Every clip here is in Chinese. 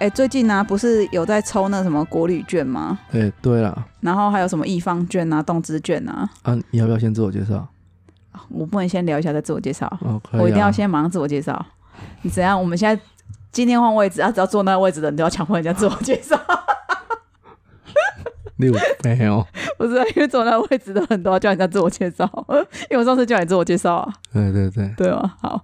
哎、最近呢、不是有在抽那什么国旅券吗？哎、对啦，然后还有什么易方券啊、动资券啊，啊，你要不要先自我介绍？我不能先聊一下再自我介绍，哦，可以、啊。我一定要先马上自我介绍。你怎样？我们现在今天换位置，啊，只要坐那位置的人都要强迫人家自我介绍， 六哎没有。不是啊因为坐那位置的人都要叫人家自我介绍， 因为我上次叫你自我介绍啊，对对对，对吗？好，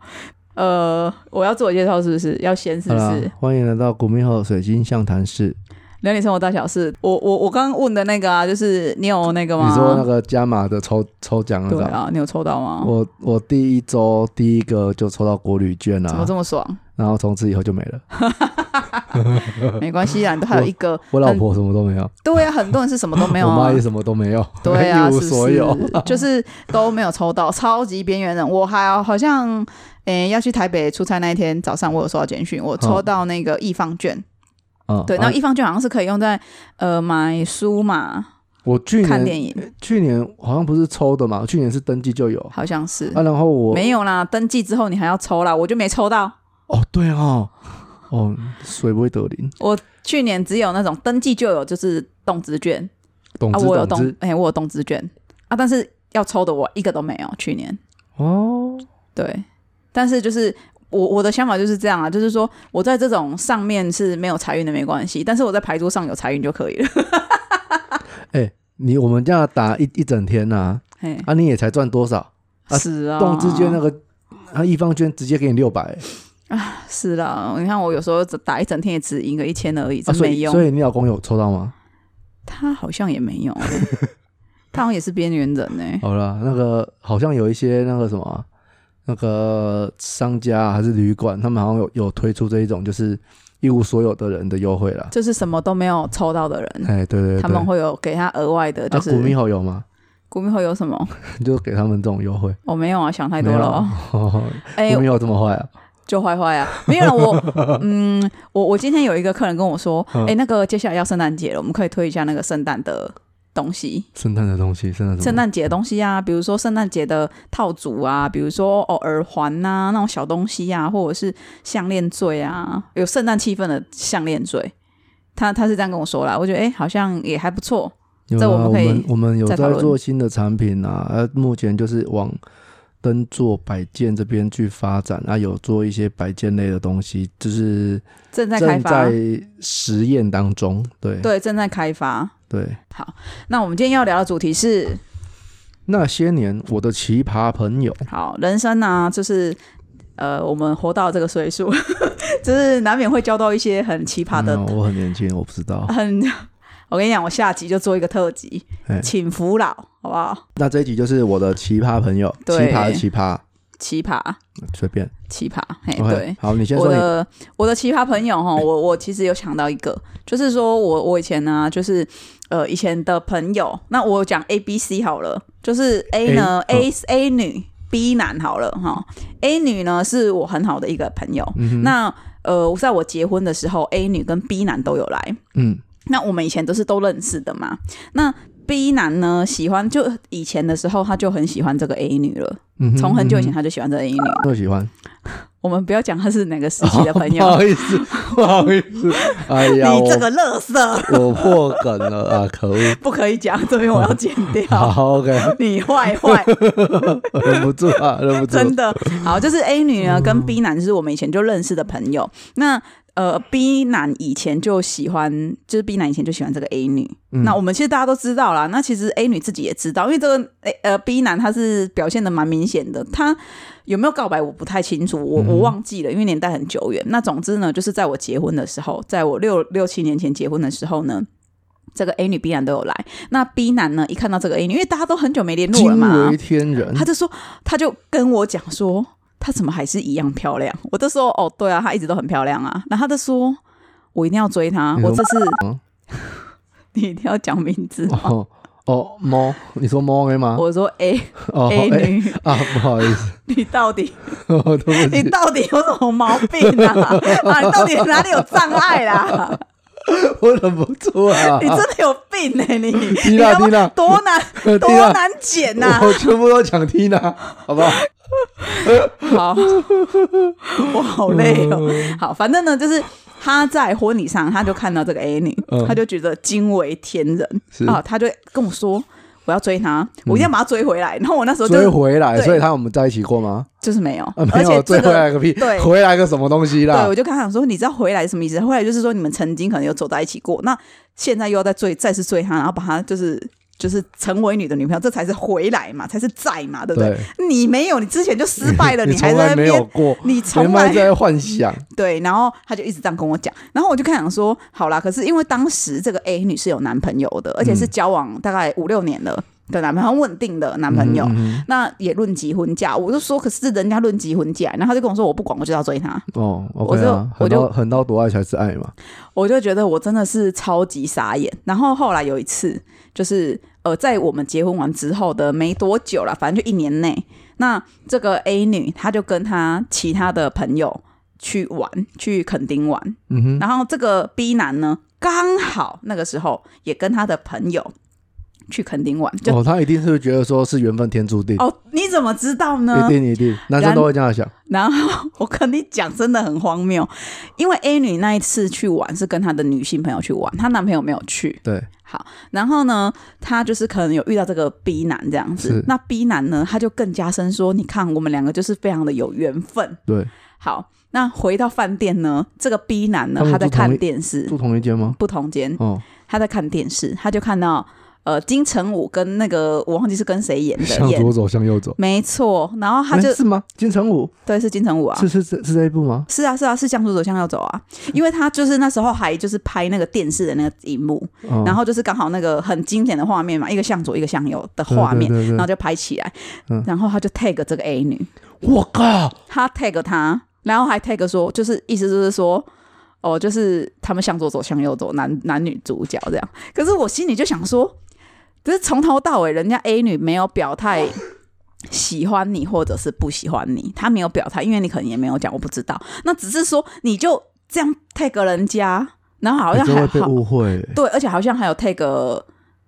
呃，我要自我介绍是不是？要先 是好不啦是？，欢迎来到古密后水晶象谈室。聊你生活大小事，我我我刚刚问的那个啊，就是你有那个吗？你说那个加码的抽抽奖那对个、啊，你有抽到吗？我我第一周第一个就抽到国旅券怎么啦，这么爽？然后从此以后就没了。 没关系啦，啊你都还有一个。我老很婆什么都没有，对啊，很多人是什么都没有 我啊妈也。什么都没有， 对啊， 一是无不所有。是 就是都没有抽到，超级边缘人。我还好像，诶、要去台北出差那一天早上，我有收到简讯，我抽到那个易放券。嗯，对，啊那易放券好像是可以用在呃买书嘛，我去看年电影，去年好像不是抽的嘛，去年是登记就有好像是、啊，然后我没有啦。登记之后你还要抽啦，我就没抽到。哦对哦哦，水不会得啊零，去年只有那种登记就有，就是动资券懂啊，之我有懂动之，哎、我有动资券啊，但是要抽的我一个都没有。去年哦，对，但是就是我我的想法就是这样啊，就是说我在这种上面是没有财运的没关系，但是我在牌桌上有财运就可以了。 你我们这样打一一整天呐、嘿啊，，你也才赚多少？啊是啊，动之间那个啊，一方圈直接给你六百、是啦，你看我有时候只打一整天也只赢个一千而已，啊，真所没以用。所以你老公有抽到吗？他好像也没有、哦 他好像也是边缘人呢、好了，那个好像有一些那个什么啊、那个商家啊还是旅馆，他们好像有有推出这一种就是一无所有的人的优惠啦。就是什么都没有抽到的人，哎，对对对，他们会有给他额外的，就是、啊，股民好有吗？ 股民会有什么？就给他们这种优惠，我没有啊，想太太多了哦。哎、股民有 这么坏啊？就坏坏啊，没有啊我， 嗯，我我今天有一个客人跟我说，哎、嗯那个接下来要圣诞节了，我们可以推一下那个圣诞的东西，圣诞的东西，圣诞什么？圣诞节的东西啊，比如说圣诞节的套组啊，比如说哦耳环呐、那种小东西啊，或者是项链坠啊，有圣诞气氛的项链坠。他他是这样跟我说啦，我觉得哎、诶好像也还不错，有这啦我们我可以们我们有再讨在论做新的产品啊，呃，目前就是往灯座摆件这边去发展啊，有做一些摆件类的东西，就是正在开正发在，实验当中。对对，正在开发。对，那我们今天要聊的主题是，那些年我的奇葩朋友，好，人生呢、就是呃，我们活到这个岁数， 就是难免会交到一些很奇葩的。嗯我很年轻，我不知道。很，我跟你讲，我下集就做一个特辑哎，请扶老，好不好？那这一集就是我的奇葩朋友，奇对葩的奇葩，奇葩，随便。奇葩，嘿 OK，哎对。好，你先嗯我说你。的我的奇葩朋友哈，我我其实有想到一个，就是说我我以前呢、就是呃以前的朋友，那我讲 A B C 好了，就是 A 呢 A，嗯 A A 女 B 男好了哈，A 女呢是我很好的一个朋友，嗯那呃在我结婚的时候，A 女跟 B 男都有来，嗯，那我们以前都是都认识的嘛，那。B 男呢，喜欢就以前的时候，他就很喜欢这个 A 女了。嗯哼从很久以前嗯他就喜欢这个 A 女。哼都喜欢。我们不要讲他是哪个时期哦的朋友，不好意思，不好意思。哎呀，你我这个乐色我破梗了啊！可恶！不可以讲，这边我要剪掉。 好，OK， 你坏坏，忍不住啊， 忍不住。真的好，就是 A 女呢嗯跟 B 男是我们以前就认识的朋友。那呃，B 男以前就喜欢，就是 B 男以前就喜欢这个 A 女。嗯那我们其实大家都知道啦。那其实 A 女自己也知道，因为这个诶呃 B 男他是表现的蛮明显的，他有没有告白我不太清楚，嗯我我忘记了，因为年代很久远。那总之呢，就是在我结婚的时候，在我六六七年前结婚的时候呢。这个 A 女 B 男都有来，那 B 男呢？一看到这个 A 女，因为大家都很久没联络了嘛，惊为天人。他就说，他就跟我讲说，她怎么还是一样漂亮？我就说，哦，对啊，她一直都很漂亮啊。然后他就说，我一定要追她，你说我这次嗯 你一定要讲名字。哦哦，猫，你说猫 A 吗？我说 A 哦 A 哎 女，啊，不好意思，你到底我对不你起，到底有什么毛病啊？ 啊，你到底哪里有障碍啦？ 我忍不住啊你！真的有病呢、 你缇你娜要不缇娜多 难缇多娜难剪啊呐、我全部都讲 Tina，好 不好？嗯好，我好累哦。好，反正呢，就是他在婚礼上，他就看到这个 A 女，嗯他就觉得惊为天人是嗯啊，他就跟我说。我要追他，我一定要把他追回来。然后我那时候追就回来，对所以他我们在一起 过吗？就是没有，啊，没而且有，追这回个来个屁对，回来个什么东西对，啦我？就跟他讲说，你知道回来是什么意思？回来就是说你们曾经可能有走在一起过，那现在又要再追，再次追他，然后把他就是就是成为你的女朋友，这才是回来嘛，才是在嘛，对不对？对，你没有，你之前就失败 了，你还从在来那没边有。过，你没从卖来在幻想，对，然后他就一直这样跟我讲，然后我就看想说，好啦，可是因为当时这个 A 女是有男朋友的，而且嗯是交往大概五六年了的男朋友，很稳定的 男朋友，嗯那也论及婚嫁，我就说，可是人家论及婚嫁，然后他就跟我说，我不管，我就要追他。哦我，OK 啊，就我很就到很到多爱才是爱嘛，我就觉得我真的是超级傻眼。然后后来有一次，就是呃，在我们结婚完之后的没多久了，反正就一年内，那这个 A 女她就跟她其他的朋友去玩，去垦丁玩。嗯哼，然后这个 B 男呢，刚好那个时候也跟他的朋友去垦丁玩，就哦，他一定是觉得说是缘分天注定，哦，你怎么知道呢一？定一定，男生然都会这样想，然后我跟你讲，真的很荒谬，因为 A 女那一次去玩是跟她的女性朋友去玩，她男朋友没有去，对，好，然后呢，他就是可能有遇到这个 B 男这样子是，那 B 男呢，他就更加深说，你看我们两个就是非常的有缘分。对，好，那回到饭店呢，这个 B 男呢他，们他在住同一看电视住，同一间吗？不同间，哦，他在看电视，他就看到呃金城武跟那个我忘记是跟谁演的向演，左走，向右走，没错，然嗯后他诶就是嗯吗？金城武对是金城武啊，是是是是这一部吗？是啊，是啊，是向左走，向右走啊！因为他就是那时候还就是拍那个电视的那个荧幕，哦然后就是刚好那个很经典的画面嘛，一个向左，一个向右的画面，对对对对然后就拍起来，嗯然后他就 tag 这个 A 女，我靠，他 tag 她，然后还 tag 说，就是意思就是说，哦，就是他们向左走，向右走，男男女主角这样。可是我心里就想说，可是从头到尾，人家 A 女没有表态喜欢你，或者是不喜欢你，她没有表态，因为你可能也没有讲，我不知道。那只是说你就这样 tag 人家，然后好像你真还哎会被好误会，对，而且好像还有 tag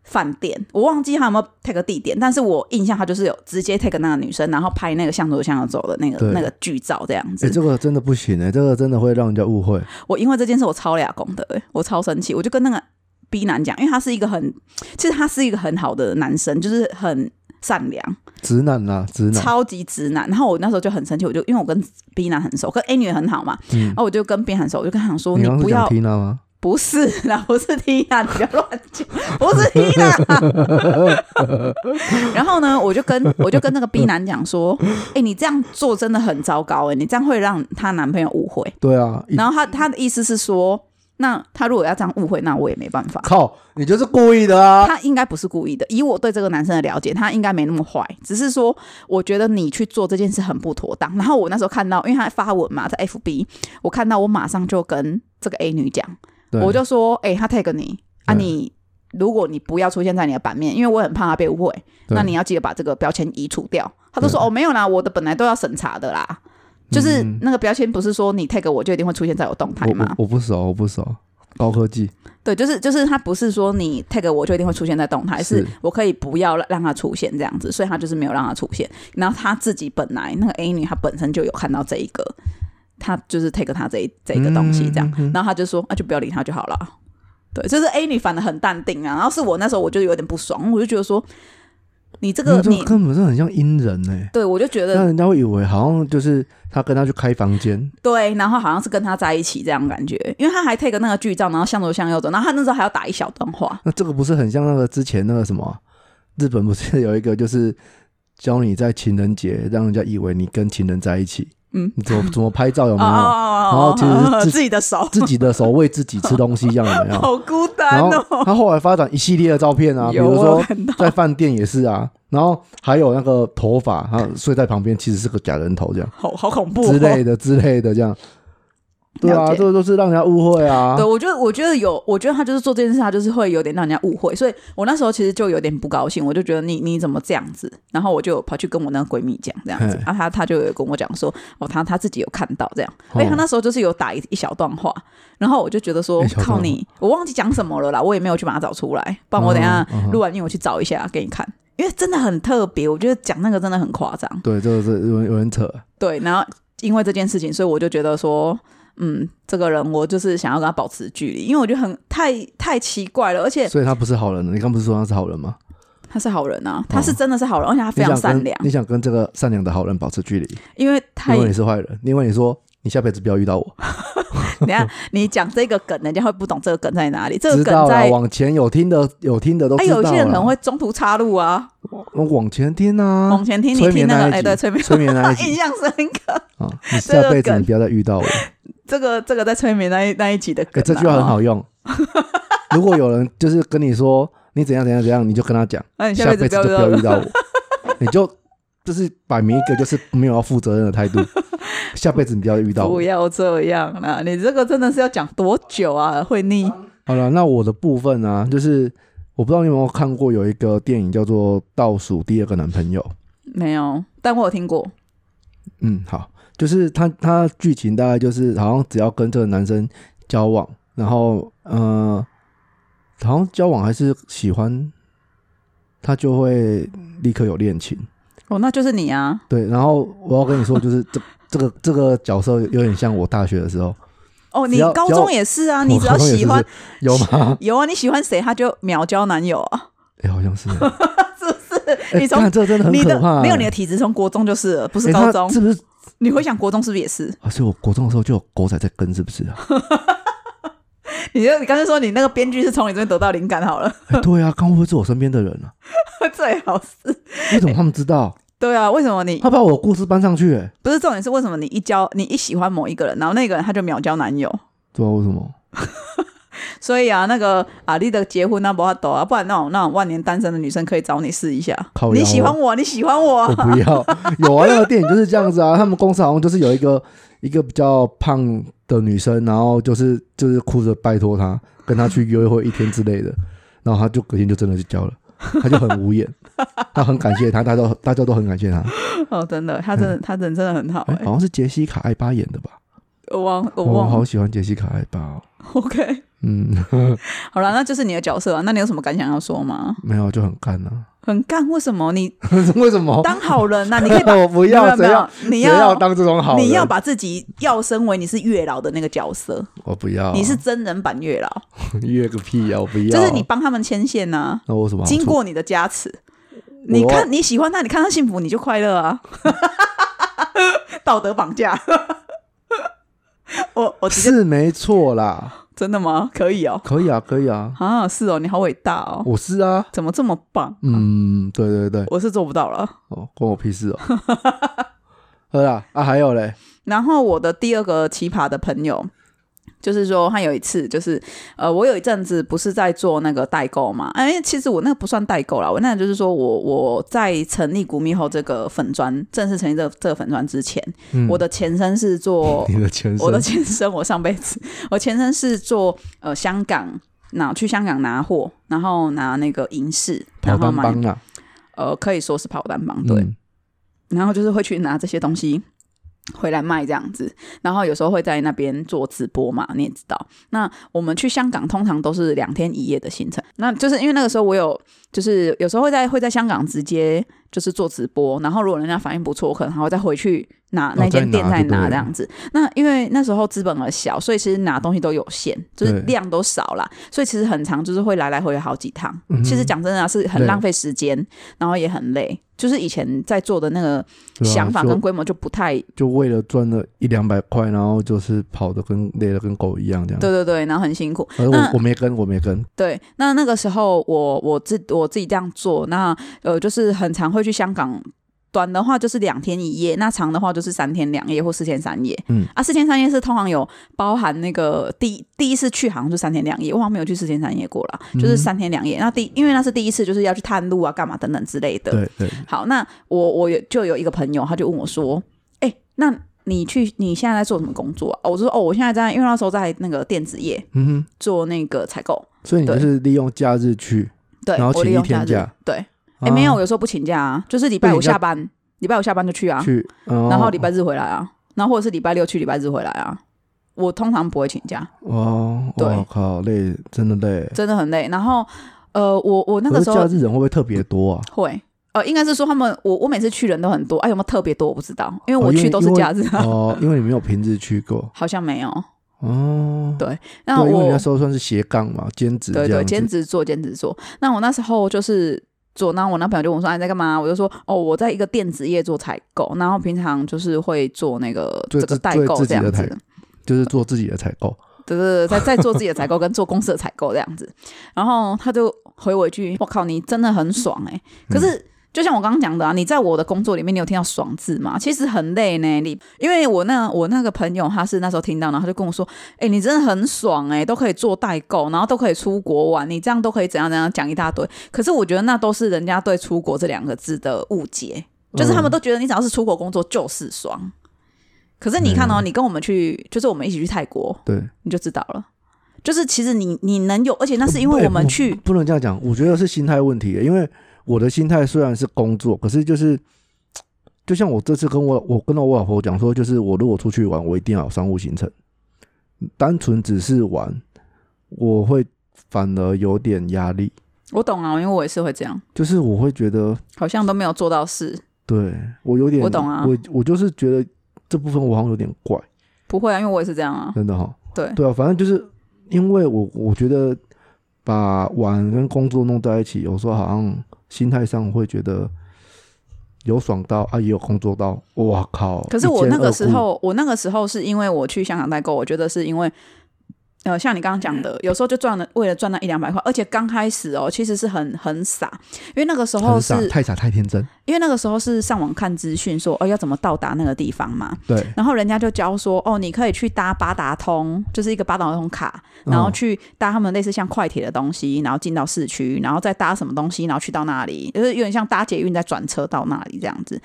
饭店，我忘记他有没有 tag 地点，但是我印象他就是有直接 tag 那个女生，然后拍那个向左向右走的那个对那个剧照这样子。哎，这个真的不行哎，这个真的会让人家误会，我因为这件事我超俩公的、欸，我超生气，我就跟那个 B 男讲，因为他是一个很，其实他是一个很好的男生，就是很。善良，直男啦，直男，超级直男。然后我那时候就很生气，我就因为我跟 B 男很熟，跟 A 女也很好嘛，嗯然后我就跟 B 男很熟，我就跟他讲说，你哦你不刚刚是讲要 Tina 吗？不是 啦，不是 Tina，你不要乱讲， 不是 Tina。然后呢，我就跟我就跟那个 B 男讲说，哎、你这样做真的很糟糕、哎，你这样会让她男朋友误会。对啊，一然后她她的意思是说，那她如果要这样误会，那我也没办法。靠，你就是故意的啊！他应该不是故意的，以我对这个男生的了解，他应该没那么坏，只是说我觉得你去做这件事很不妥当。然后我那时候看到，因为他发文嘛，在 FB，我看到我马上就跟这个 A 女讲，对我就说，哎、他 tag 你啊对你，如果你不要出现在你的版面，因为我很怕他被误会，对那你要记得把这个标签移除掉。他都说哦没有啦，我的本来都要审查的啦，就是嗯那个标签不是说你 tag 我就一定会出现在我动态我嘛我，我不熟，我不熟，高科技对，就是就是他不是说你 tag 我就一定会出现在动态，是是我可以不要让他出现这样子，所以他就是没有让他出现。然后他自己本来那个 A 女她本身就有看到这一个，她就是 tag 他这一这一个东西这样，嗯嗯嗯然后他就说啊就不要理他就好了。对，就是 A 女反而很淡定啊，然后是我那时候我就有点不爽，我就觉得说你这这个你这根本是很像阴人哎呢、对我就觉得那人家会以为好像就是他跟他去开房间， 对，然后好像是跟他在一起这样感觉，因为他还 take 那个剧照，然后向左向右走，然后他那时候还要打一小段话，那这个不是很像那个之前那个什么啊日本不是有一个就是教你在情人节让人家以为你跟情人在一起，嗯，你怎么怎么拍照有哦没有？哦哦哦然后哦其实自自己的手，自己的手喂自己吃东西一样有没 有？好孤单然后哦。他后来发展一系列的照片啊，比有如我有说看到，在饭店也是啊，然后还有那个头发，他睡在旁边其实是个假人头这样。好好恐怖、哦、之类的之类的这样。对啊，了解这个都是让人家误会啊对，。我觉得，我觉得有，我觉得他就是做这件事，他就是会有点让人家误会，所以我那时候其实就有点不高兴，我就觉得你你怎么这样子？然后我就跑去跟我那个闺蜜讲这样子啊嘿，然后她她就有跟我讲说，哦，她她自己有看到这样，哦而且她那时候就是有打一一小段话，然后我就觉得说一，小段话靠你，我忘记讲什么了啦，我也没有去把它找出来，不然我等一下嗯哼嗯哼录完音我去找一下给你看，因为真的很特别，我觉得讲那个真的很夸张。对，这个是有人有人扯。对，然后因为这件事情，所以我就觉得说，嗯，这个人我就是想要跟他保持距离，因为我觉得很太太奇怪了，而 且所以他不是好人了。你刚不是说他是好人吗？他是好人啊，他是真的是好人，而且他非哦你常想善良跟，你想跟这个善良的好人保持距离，因为太因为你是坏人，因为你说你下辈子不要遇到我。等一下你讲这个梗，人家会不懂这个梗在哪里，这个知梗道了，在。往前有听的有听的都哎、知道有一了。些人可能会中途插入啊，我往前听啊，往前哎听你催听眠那那个，一哎、集对，催眠，催眠 那一印集象深刻。啊，你下这辈个子梗你不要再遇到我。哎，这个这个在催眠那一那一集的梗、啊哦这句话很好，用。如果有人就是跟你说你怎样怎样怎样，你就跟他讲，那 你下下辈辈子子要就遇到不要了遇到我，你就就是摆明一个就是没有要负责任的 态度，下辈子你不要遇到我不。要这样啦！你这个真的是要讲多久啊？会腻？好了，那我的部分呢、就是我不知道你有没有看过有一个电影叫做《倒数第二个男朋友》。没有，但我有听过。嗯，好，就是他他剧情大概就是好像只要跟这个男生交往，然后呃，好像交往还是喜欢，他就会立刻有恋情。哦，那就是你啊！对，然后我要跟你说，就是这 这个这个角色有点像我大学的时候，哦，只你要高只要中也是啊，你我只要高中也喜是欢 有吗？有啊，你喜欢谁他就秒交男友啊，哎、好像 是，是不是？哎你从看这个真的很你可的怕、没有你的体质从国中就是了，不是哎高他中。是不是？你回想国中是不是也是？啊，所以我国中的时候就有狗仔在跟，是不是、 啊？你就你刚才说你那个编剧是从你这边得到灵感好了， 哎对啊，刚会不会是我身边的人啊？最好是。为什么他们 知道？对啊，为什么你他把我的故事搬上去、哎，不是重点是为什么你一交你一喜欢某一个人，然后那个人他就秒交男友？不知道为什么。 所以啊，那个阿丽的结婚那不法抖啊，不然那种那种万年单身的女生可以找你试一下靠。腰啊哦你喜欢我，你喜欢我我啊，不要，有啊，那个电影就是这样子啊。他们公司好像就是有一个一个比较胖的女生，然后就是就是哭着拜托他跟他去约会一天之类的，然后他就隔天就真的去交了，他就很 无言，他很感谢他，大家都大家都很感谢他。哦，真的，他真的他人真的很好哎、哎、好像是杰西卡艾巴演的吧？我忘我我忘好了。喜欢杰西卡艾巴、哦。 OK，嗯， 好了，那就是你的角色、啊。那你有什么感想要说吗？没有就很干啊。很干，为什么你 为什么？当好人啊呐、你可以把我不没哦 要，有没谁有要？你谁要当这种好人？你要把自己要升为你是月老的那个角色，我不要啊，你是真人版月老，约个屁啊呀、我不要。就是你帮他们牵线呐、那我有什么好经处过你的加持，你看你喜欢他，你看他幸福，你就快乐啊！ 道德绑架， 我我直接是没错啦，真的吗？可以哦，可以啊，可以啊，啊，是哦，你好伟大哦，我是啊，怎么这么棒？嗯，对对对，我是做不到了。哦，关我屁事 哦。对啦，啊，还有嘞，然后我的第二个奇葩的朋友，就是说他有一次，就是呃，我有一阵子不是在做那个代购嘛，哎，其实我那个不算代购啦，我那个就是说我我在成立古密后这个粉砖正式成立这个这个粉砖之前，嗯我的前身是做你的 前身我的前身，我上辈子， 我前身是做呃香港拿去香港拿货，然后拿那个银饰，跑然后单买帮啦，呃可以说是跑单帮对，嗯然后就是会去拿这些东西回来卖这样子，然后有时候会在那边做直播嘛，你也知道。那我们去香港通常都是两天一夜的行程，那就是因为那个时候我有，就是有时候会在会在香港直接就是做直播，然后如果人家反应不错，我可能还会再回去拿哦那间再拿店再就对拿了这样子。那因为那时候资本额小，所以其实拿东西都有限，就是对量都少啦，所以其实很长，就是会来来回回好几趟。嗯哼其实讲真的啊、是很累浪费时间，然后也很累。就是以前在做的那个对啊想法跟就嗯规模就不太就为了赚了一两百块，然后就是跑的跟累的跟狗一样这样。对对对，然后很辛苦。而那我我没跟，我没跟，对，那那个时候我我自我自己这样做，那呃就是很常会去香港。短的话就是两天一夜，那长的话就是三天两夜或四天三夜。嗯啊，四天三夜是通常有包含那个第一第一次去，好像就三天两夜，我好像没有去四天三夜过啦，就是嗯三天两夜。那第因为那是第一次，就是要去探路啊、干嘛等等之类的。对对，好，那我我有就有一个朋友，他就问我说：“哎、那你去你现在在做什么工作、啊？”我就说：“哦，我现在在，因为那时候在那个电子业嗯哼，做那个采购，所以你就是利用假日去，对，然后我利请一用天假日假，对，哎、啊没有，有时候不请假啊，就是礼拜不五请假下班，礼拜五下班就去啊，去，哦然然后礼拜日回来啊，然后或者是礼拜六去，礼拜日回来啊。”我通常不会请假，哦哇，对我靠，累，真的累。真的很累。然后，呃，我我那可个是时假候 日人会不会特别多啊？会，呃，应该是说他们，我我每次去人都很多，哎、有没有特别多我不知道，因为我哦因为去都是因为假日啊，哦，因为你没有平日去过好像没有。哦。对那对因为你我那时候算是斜杠嘛，兼职对这对样子兼职做兼职做，那我那时候就是做，那我男朋友就问我说、啊、你在干嘛？我就说哦，我在一个电子业做采购，然后平常就是会做那个做这个自代做购自己这样的子采就是做自己的采购。对对对，在 在做自己的采购跟做公司的采购这样子。然后他就回我一句：“我靠，你真的很爽哎、可是。就像我刚刚讲的啊，你在我的工作里面，你有听到“爽”字吗？其实很累呢。你因为我那我那个朋友，他是那时候听到，然后他就跟我说：“哎、你真的很爽哎、都可以做代购，然后都可以出国玩，你这样都可以怎样怎样讲一大堆。”可是我觉得那都是人家对“出国”这两个字的误解，嗯就是他们都觉得你只要是出国工作就是爽。可是你看哦，你跟我们去，就是我们一起去泰国，对，你就知道了。就是其实你你能有，而且那是因为我们去，不能这样讲，我觉得是心态问题。因为我的心态虽然是工作，可是就是，就像我这次跟我我跟我老婆讲说，就是我如果出去玩，我一定要有商务行程。单纯只是玩，我会反而有点压力，我懂啊，因为我也是会这样，就是我会觉得，好像都没有做到事。对我有点，我懂啊我我就是觉得这部分我好像有点怪，不会啊，因为我也是这样啊。真的哈、对对啊，反正就是因为我我觉得把玩跟工作弄在一起，有时候好像心态上会觉得有爽到啊，也有工作到，哇靠！可是我哦一那兼二个顾时，候，我那个时候是因为我去香港代购，我觉得是因为，呃，像你刚刚讲的，有时候就赚了，为了赚那一两百块，而且刚开始哦，其实是很很傻，因为那个时候很傻，是太傻太天真，因为那个时候是上网看资讯说，哦，要怎么到达那个地方嘛，对，然后人家就教说，哦，你可以去搭八达通，就是一个八达通卡，然后嗯去搭他们类似像快铁的东西，然后进到市区，然后再搭什么东西，然后去到那里，就是有点像搭捷运再转车到那里这样子。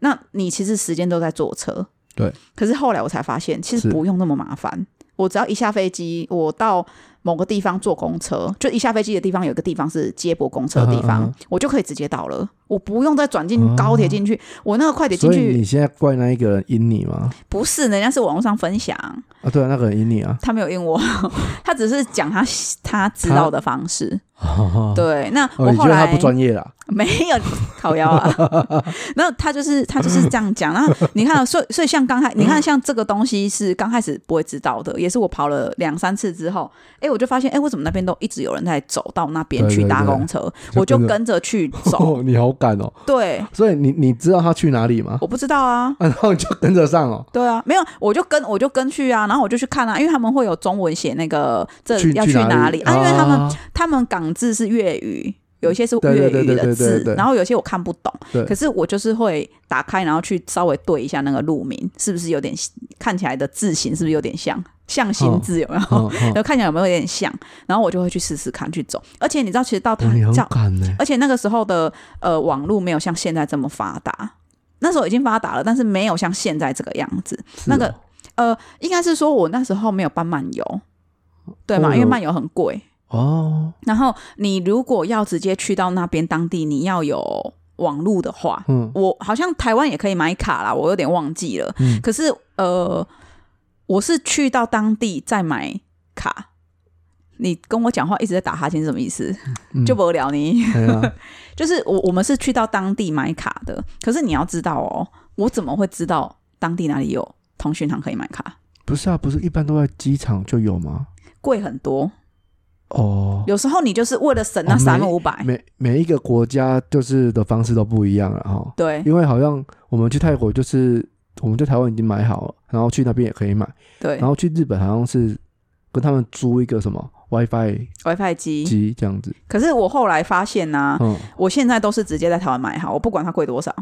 那你其实时间都在坐车，对。可是后来我才发现，其实是不用那么麻烦。我只要一下飞机，我到某个地方坐公车，就一下飞机的地方有一个地方是接驳公车的地方，嗯嗯嗯哦我就可以直接到了，我不用再转进高铁进去。我那个快铁进所以去你现在怪那一个人阴你吗？不是，人家是网络上分享，啊，对啊，那个人阴你啊，他没有应 我，他只是讲他他知道的方式。 对，那哦，我你觉后得来、他不专业啊啦？没有烤腰 啊，那他就是他就是这样讲。那你看，啊所以所以像刚开，你看像这个东西是刚开始不会知道的，也是我跑了两三次之后，哎，我就发现，哎，为什么那边都一直有人在走到那边对去对搭对公车，就我就跟着跟着去走。 哦，你好敢哦，对，所以你你知道他去哪里吗？我不知道啊，啊，然后你就跟着上哦，对啊，没有，我就跟我就跟去啊，然后我就去看啊，因为他们会有中文写那个这去要去哪里里啊，因为他们、啊他们港字是粤语，有一些是对粤对对语对的对对字对，然后有些我看不懂对，可是我就是会打开，然后去稍微对一下那个路名是不是有点看起来的字形是不是有点像象形字有没有？ 嗯嗯然后看起来有没有有点像，然后我就会去试试看去走，而且你知道，其实到它哦你很啊叫敢呢，而且那个时候的呃网络没有像现在这么发达，那时候已经发达了，但是没有像现在这个样子。是那哦个呃，应该是说我那时候没有办漫游，对吗？哦因为有漫游很贵，哦，然后你如果要直接去到那边当地，你要有网络的话，嗯，我好像台湾也可以买卡啦，我有点忘记了。嗯 可是呃，我是去到当地再买卡。你跟我讲话一直在打哈欠，是什么意思？嗯就不聊你。 哎呀， 就是我我们是去到当地买卡的，可是你要知道哦，我怎么会知道当地哪里有通讯行可以买卡？不是啊，不是一般都在机场就有吗？贵很多，哦，有时候你就是为了省那哦三五百，每每一个国家就是的方式都不一样了哈，对因为好像我们去泰国就是我们在台湾已经买好了，然后去那边也可以买，对然后去日本好像是跟他们租一个什么 WiFi ，WiFi 机。机这样子，可是我后来发现呢、嗯，我现在都是直接在台湾买好，我不管它贵多少，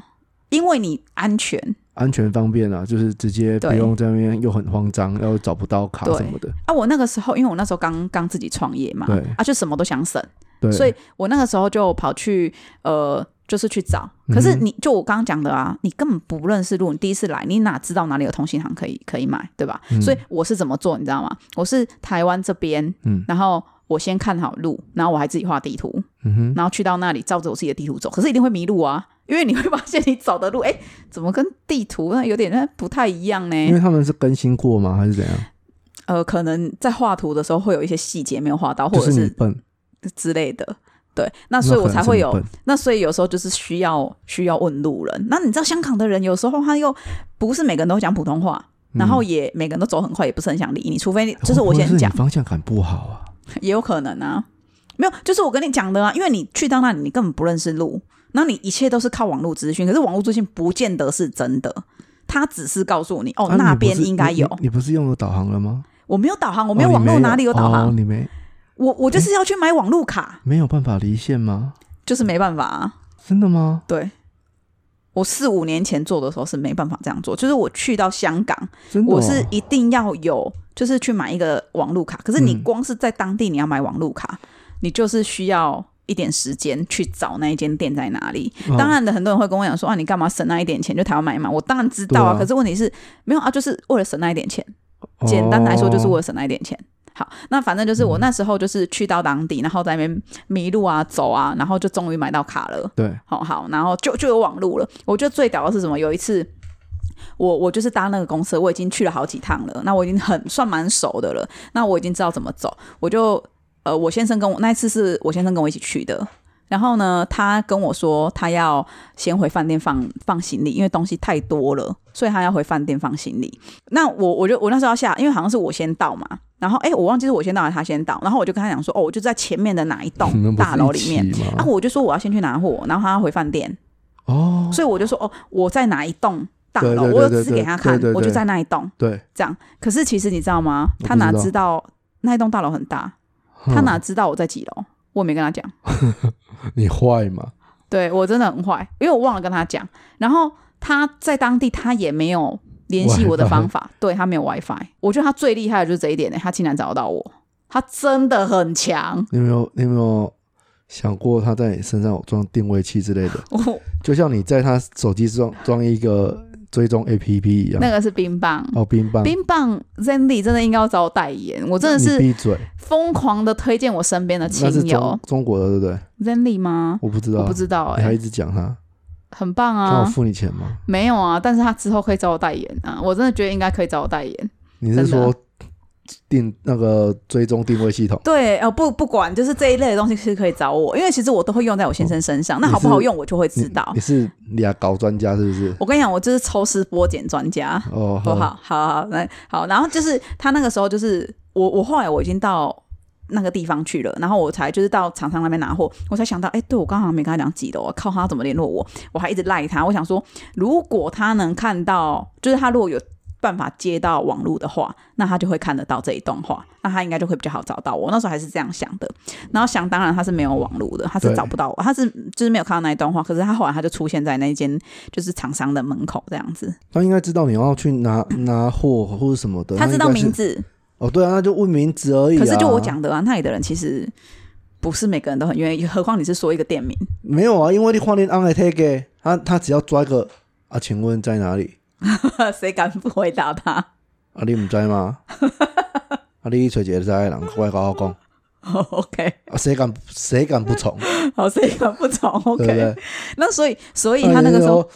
因为你安全安全方便啊，就是直接不对用在那边又很慌张，又找不到卡对什么的，啊。我那个时候，因为我那时候刚刚自己创业嘛对，啊，就什么都想省，对，所以我那个时候就跑去呃，就是去找。可是嗯哼你就我刚刚讲的啊，你根本不认识路，你第一次来，你哪知道哪里有通信行可以可以买，对吧？嗯所以我是怎么做，你知道吗？我是台湾这边，嗯然后我先看好路，然后我还自己画地图，嗯哼，然后去到那里照着我自己的地图走，可是一定会迷路啊。因为你会发现你走的路， 哎，怎么跟地图那有点那不太一样因为呢？他们是更新过吗？还是怎样？呃，可能在画图的时候会有一些细节没有画到，或就者是你是笨之类的。对，那所以我才会那可有能是你笨那所以有时候就是需要需要问路人。那你知道香港的人有时候他又不是每个人都讲普通话，然嗯后也每个人都走很快，也不是很想理你，除非你就是会不我会先哦你讲，方向感不好啊。也有可能啊，没有，就是我跟你讲的啊，因为你去到那里你根本不认识路，那你一切都是靠网络资讯，可是网络资讯不见得是真的。他只是告诉你，哦，啊那你不边是应该你有。你。你哦不是用了导航了吗？我没有导航，我我没有网络，哪里有导航？哦、你没我我就是要去买网络卡，没有办法离线吗？就是没办法、啊。真的吗？对，我四五年前做的时候是没办法这样做，就是我去到香港，真的、哦，我是一定要有，就是去买一个网路卡。可是你嗯光是在当地你要买网路卡，你就是需要。一点时间去找那一间店在哪里。哦当然的，很多人会跟我讲说啊，你干嘛省那一点钱就台湾买嘛？我当然知道啊，对啊可是问题是没有啊，就是为了省那一点钱。简单来说，就是为我了省那一点钱。好，那反正就是嗯我那时候就是去到当地，然后在那边迷路啊、走啊，然后就终于买到卡了。对好好，然后就就有网路了。我觉得最屌的是什么？有一次，我我就是搭那个公车，我已经去了好几趟了，那我已经很算蛮熟的了，那我已经知道怎么走，我就呃，我先生跟我那一次是我先生跟我一起去的。然后呢，他跟我说他要先回饭店放放行李，因为东西太多了，所以他要回饭店放行李。那我我就我那时候要下，因为好像是我先到嘛，然后哎，我忘记是我先到还是他先到，然后我就跟他讲说，哦，我就在前面的哪一 栋你们不是大楼里面，一起吗？啊，我就说我要先去拿货，然后他要回饭店，哦，所以我就说哦，我在哪一栋大楼，对对对我有对指对给他看，对对对我就在那一栋对，这样。可是其实你知道吗？我他不哪知道知道那一栋大楼很大，他哼哪知道我在几楼？我也没跟他讲，你坏嘛？对我真的很坏，因为我忘了跟他讲。然后他在当地他也没有联 系我的 WiFi 方法，对他没有 WiFi。我觉得他最厉害的就是这一点呢、他竟然找得到我，他真的很强。你有没有你有没有想过他在你身上有装定位器之类的？我就像你在他手机装装一个追踪 APP 一样。那个是冰棒。哦，冰棒，冰棒 Zendy 真的应该要找我代言，我真的你是闭嘴，疯狂的推荐我身边的那是亲友中中国的对不对？ Zendy 吗？我不知道，啊我不知道你哎、还一直讲他，很棒他有啊，付你钱吗？没有啊，但是他之后可以找我代言啊，我真的觉得应该可以找我代言。你是真的说定那个追踪定位系统？对，呃，不不管，就是这一类的东西是可以找我，因为其实我都会用在我先生身上，那好不好用我就会知道你。是俩搞专家是不是？我跟你讲，我就是抽丝剥茧专家。 哦，好好好好，来好，然后就是他那个时候就是我我后来我已经到那个地方去了，然后我才就是到厂商那边拿货，我才想到，哎、对我刚好没跟他讲几楼啊，靠他怎么联络我，我还一直赖他，我想说，如果他能看到，就是他如果有。办法接到网络的话，那他就会看得到这一段话，那他应该就会比较好找到我。那时候还是这样想的，然后想当然他是没有网络的，他是对找不到我，他是就是没有看到那一段话。可是他后来他就出现在那一间就是厂商的门口这样子，他应该知道你要去拿拿货或者什么的，他那知应道该是名字，哦，对啊，那就问名字而已、啊。可是就我讲的啊，那里的人其实不是每个人都很愿意，何况你是说一个店名， 没有啊，因为你换脸 on a take，他他只要抓一个啊，请问在哪里？谁敢不回答他？ 啊，你唔知吗？ 啊，你找一个知的人过来跟我讲，哦 OK，啊，谁敢谁敢不从？好，谁敢不从对 不？OK，对？那所以所以他那个时哎候呦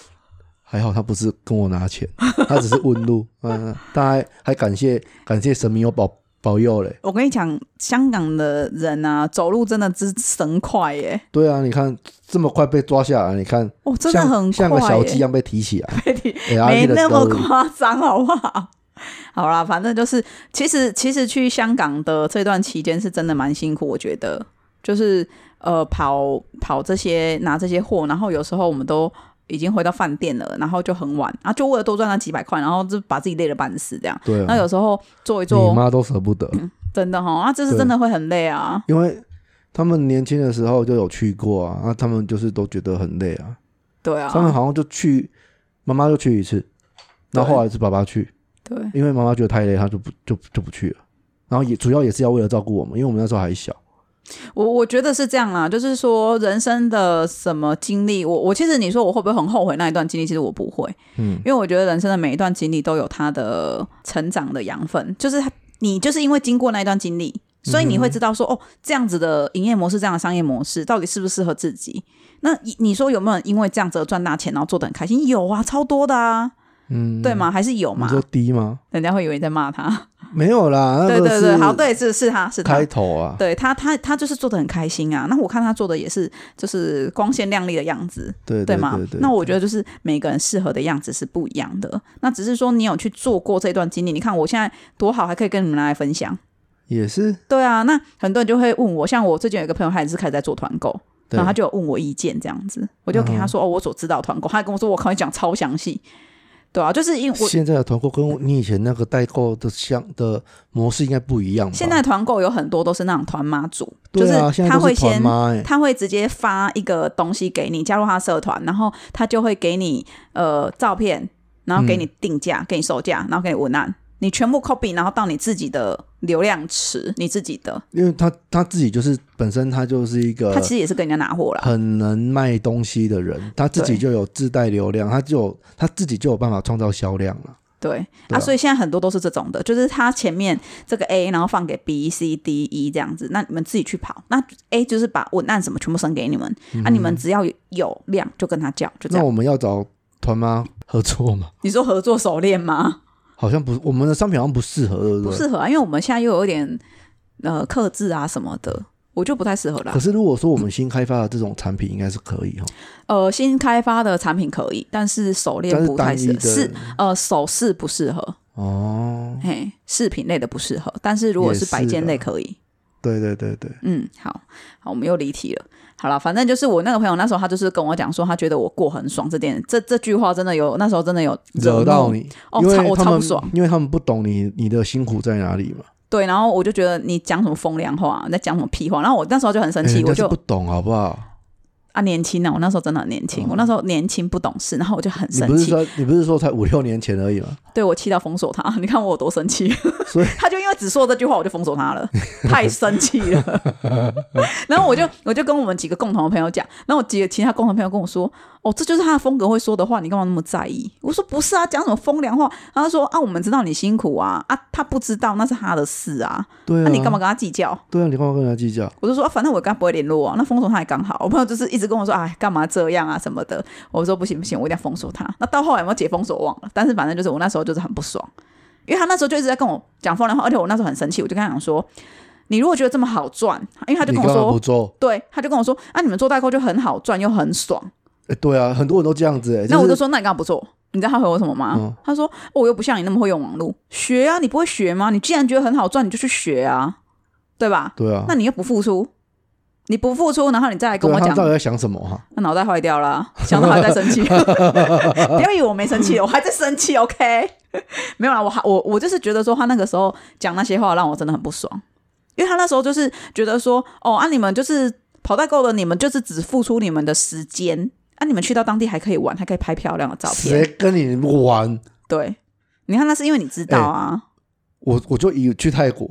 还好，他不是跟我 拿钱，他只是问路。嗯，他还还感谢感谢神明有保保佑嘞。我跟你讲，香港的人啊，走路真的之神快耶！对啊，你看这么快被抓下来，你看哦，真的像很像个快小鸡一耶，样被提起来， 哎呀没你的那么狗夸张，好不好？ 好啦，反正就是，其实其实去香港的这段期间是真的蛮辛苦，我觉得就是呃跑跑这些拿这些货，然后有时候我们都已经回到饭店了，然后就很晚，啊，就为了多赚那几百块，然后就把自己累得半死这样。对那啊，有时候哎做一你做，妈都舍不得，真的哈，啊，这是真的会很累啊。因为他们年轻的时候就有去过啊，啊，他们就是都觉得很累啊，对他们啊，好像就去，妈妈就去一次，然后后来是爸爸去，对因为妈妈觉得太累，他就不就就不去了。然后也主要也是要为了照顾我们，因为我们那时候还小，我我觉得是这样啦，就是说人生的什么经历，我我其实你说我会不会很后悔那一段经历，其实我不会，嗯因，为我觉得人生的每一段经历都有它的成长的养分，就是它你就是因为经过那一段经历，所以你嗯会知道说、哦，这样子的营业模式，这样的商业模式到底适不适合自己。那你你说有没有人因为这样子而赚大钱，然后做的很开心？有啊，超多的啊，嗯，对吗？还是有你嘛？说低吗？人家会以为你在骂他，没有啦，那对个对对，是好，对，是是他，是他开。头啊，对他，他他就是做的很开心啊。那我看他做的也是，就是光鲜亮丽的样子，对对吗对对，那我觉得就是每个人适合的样子是不一样的。那只是说你有去做过这段经历，你看我现在多好，还可以跟你们拿来分享。也是，对啊，那很多人就会问我，像我最近有一个朋友，他也是开始在做团购，对嗯然后他就有问我意见这样子，我就给他说、哦，我所知道的团购，他还跟我说我可以讲超详细。对啊，就是因为我现在的团购跟你以前那个代购的像的模式应该不一样吧？现在团购有很多都是那种团妈组，就对啊，现在他都会是团先妈哎，他会直接发一个东西给你，加入他社团，然后他就会给你呃照片，然后给你嗯定价、给你售价，然后给你文案，你全部 copy，然后到你自己的流量池，你自己的，因为他他自己就是本身他就是一个他其实也是跟人家拿货啦。呃很能卖东西的人，他自己对就有自带流量，他就有他自己就有办法创造销量了。对对啊啊，所以现在很多都是这种的，就是他前面这个 A，然后放给 B、C、D、E 这样子，那你们自己去跑。那 A 就是把文案什么全部生给你们，啊，你们只要有有量就跟他叫，就这嗯那样。我们要找团妈合作吗？你说合作手链吗？好像不是，我们的商品好像不适合，对不对？适合啊，因为我们现在又有点呃克制啊什么的，我就不太适合啦可。是如果说我们新开发的这种产品，应该是可以哈，呃，新开发的产品可以，但是手但链是不太单一适合，的是呃首饰不适合，哦，嘿，饰品类的不适合，但是如果也是是摆件啊类可以。对对对对，嗯，好好，我们又离题了。好了，反正就是我那个朋友那时候他就是跟我讲说，他觉得我过很爽，这点这这句话真的有那时候真的有惹到怒你，哦，因超为我他超们不爽。因为他们不懂你你的辛苦在哪里嘛，对，然后我就觉得你讲什么风凉话，你在讲什么屁话，然后我那时候就很生哎气，人家我是就不懂好不好？啊，年轻啊！我那时候真的很年轻，我那时候年轻不懂事，然后我就很哦你生不是气，说你不是说才五六年前而已吗？对我气到封锁他。 你看我有多生气，所以 他就因为只说这句话，我就封锁他 了，太生气了。然后我就我就跟我们几个共同的朋友讲，然后我几个其他共同朋友跟我说，哦，这就是他的风格会说的话，你干嘛那么在意？我说不是啊，讲什么风凉话？然后他说啊，我们知道你辛苦啊，啊，他不知道那是他的事啊，对那、啊，你干嘛？跟他计较？对啊，你干嘛跟人家计较？我就说、啊反正我跟他不会联络啊，那封锁他也刚好。我朋友就是一直跟我说，哎，干嘛这样啊什么的。我说不行不行，我一定要封锁他。那到后来有没有解封锁我忘了，但是反正就是我那时候就是很不爽，因为他那时候就一直在跟我讲风凉话，而且我那时候很生气，我就跟他讲说，你如果觉得这么好赚，因为他就你跟干我嘛不说，做？对，他就跟我说，啊，你们做代购就很好赚又很爽。哎，对啊，很多人都这样子哎。那我是就说，那你干嘛不做？你知道他回我什么吗？嗯他说、哦我又不像你那么会用网络，学啊，你不会学吗？你既然觉得很好赚，你就去学啊，对吧？对啊，那你又不付出，你不付出，然后你再来跟对我啊他讲，们到底在想什么哈？那脑袋坏掉了，想到还在 生气，不要以为我没生气，我还在生气，OK？没有啦，我还我我就是觉得说他那个时候讲那些话让我真的很不爽，因为他那时候就是觉得说，哦啊，你们就是跑代购的，你们就是只付出你们的时间，啊，你们去到当地还可以玩，还可以拍漂亮的照谁片，跟你玩？对。你看，那是因为你知道哎啊，我我就以去泰国，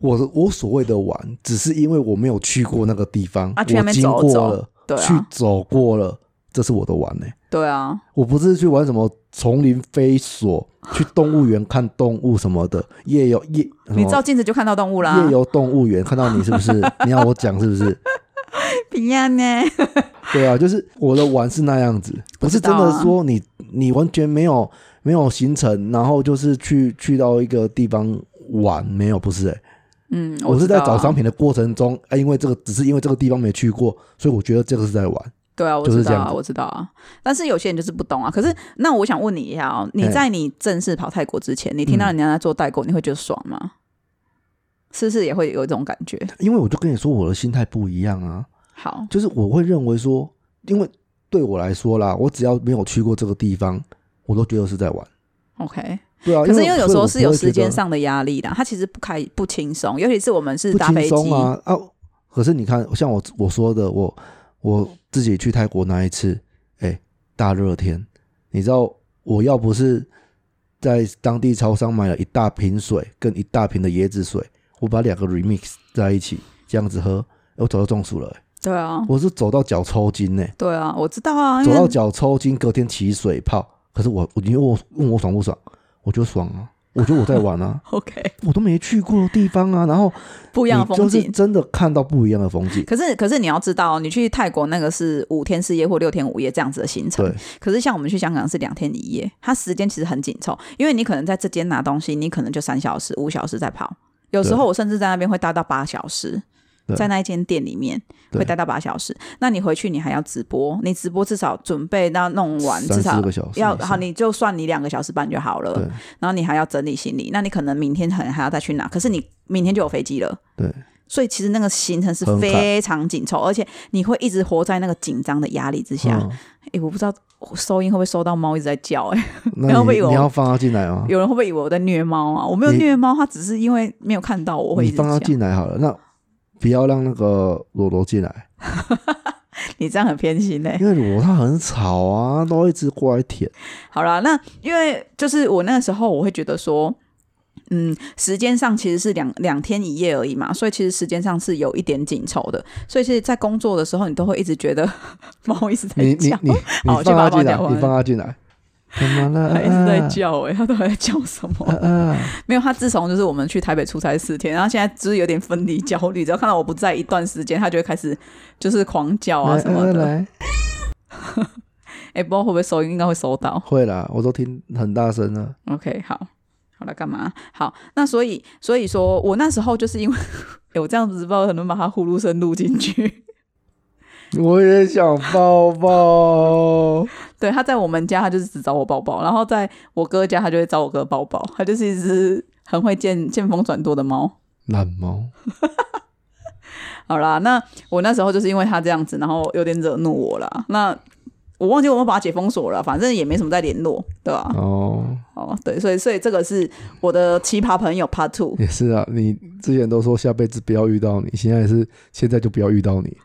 我的我所谓的玩，只是因为我没有去过那个地方，啊去那我边经走过走了，对去啊，走过了，这是我的玩呢、对啊，我不是去玩什么丛林飞索，去动物园看动物什么的，夜游夜，什么你照镜子就啊看到动物啦哦夜，游动物园看到你 是不是？你要我讲是不是？不一样呢。对啊，就是我的玩是那样子，不是知真道啊的说你你完全没有没有行程，然后就是去去到一个地方玩，没有不是哎、嗯，我是知在道啊找商品的过程中，啊，因为这个只是因为这个地方没去过，所以我觉得这个是在玩。对啊，我就是知这道样啊，子我知道啊。但是有些人就是不懂啊。可是，那我想问你一下哦，你嘿嗯在你正式跑泰国之前，你听到人家在做代购，你会觉得爽吗？是不是也会有一种感觉？因为我就跟你说我的心态不一样啊，好，就是我会认为说，因为对我来说啦，我只要没有去过这个地方，我都觉得是在玩。 OK。对啊，可是因为为有所以时候我是不有会觉时间得上的压力的，他其实不开不轻松，尤其是我们是不搭飞轻机松，啊啊！可是你看，像我我说的，我我自己去泰国那一次，哎、大热天，你知道我要不是在当地超商买了一大瓶水跟一大瓶的椰子水，我把两个 remix 在一起这样子喝，我早就中暑了、哎对啊，我是走到脚抽筋呢、哎对啊，我知道啊，因走到为脚抽筋，隔天起水泡。可是我我因为我问我爽不爽，我就爽啊，我觉得我在玩啊， OK，我都没去过的地方啊，然后不一样的你风就是景。真的看到不一样的风 景。可是，可是你要知道，哦你去泰国那个是五天四夜或六天五夜这样子的行程对，，可是像我们去香港是两天一夜，它时间其实很紧凑，因为你可能在这间拿东西，你可能就三小时、五小时在跑。有时候我甚至在那边会待到八小时，对在那一间店里面对会待到八小时。那你回去你还要直播，你直播至少准备到弄完，至三少四个小时要以上好，你就算你两个小时半就好了对。然后你还要整理行李，那你可能明天可能还要再去拿，可是你明天就有飞机了。对，所以其实那个行程是很赶非常紧凑，而且你会一直活在那个紧张的压力之下。嗯哎、我不知道收音会不会收到猫一直在叫、诶，哎，那然后被你我你要放它进来吗？ 有人会不会以为我在虐猫啊？我没有你虐猫，它只是因为没有看到我会一你直放它叫。进来好了，那不要让那个罗罗进来，你这样很偏心嘞、欸因为罗它很吵啊，都一直过来舔。好啦，那因为就是我那个时候，我会觉得说，嗯，时间上其实是两两天一夜而已嘛，所以其实时间上是有一点紧凑的。所以其实，在工作的时候，你都会一直觉得 猫一直在你你叫，你你好放我去把它它进来，放掉你放它进来，怎么了？ 它一直在啊叫、欸，哎，它到底在叫什么？啊啊！没有，他自从就是我们去台北出差四天，然后现在就是有点分离焦虑，只要看到我不在一段时间，他就会开始就是狂叫啊来什么来的。来，哎、不知道会不会收音，应该会收到。会啦，我都听很大声了。 OK，好，好了，干嘛？好，那所以所以说我那时候就是因为 诶我这样子，不知道能不能把它呼噜声录进去。 我也想抱 抱，对，他在我们家，他就是只找我抱抱，然后在我哥家，他就会找我哥抱抱。他就是一只很会见见风转舵的猫。懒猫。好啦，那我那时候就是因为他这样子，然后有点惹怒我啦。那我忘记我们把他解封锁了，反正也没什么再联络，对吧、哦，哦，对，所以所以这个是我的奇葩朋友 Part Two。 也是啊，你之前都说下辈子不要遇到你，现在也是现在就不要遇到你。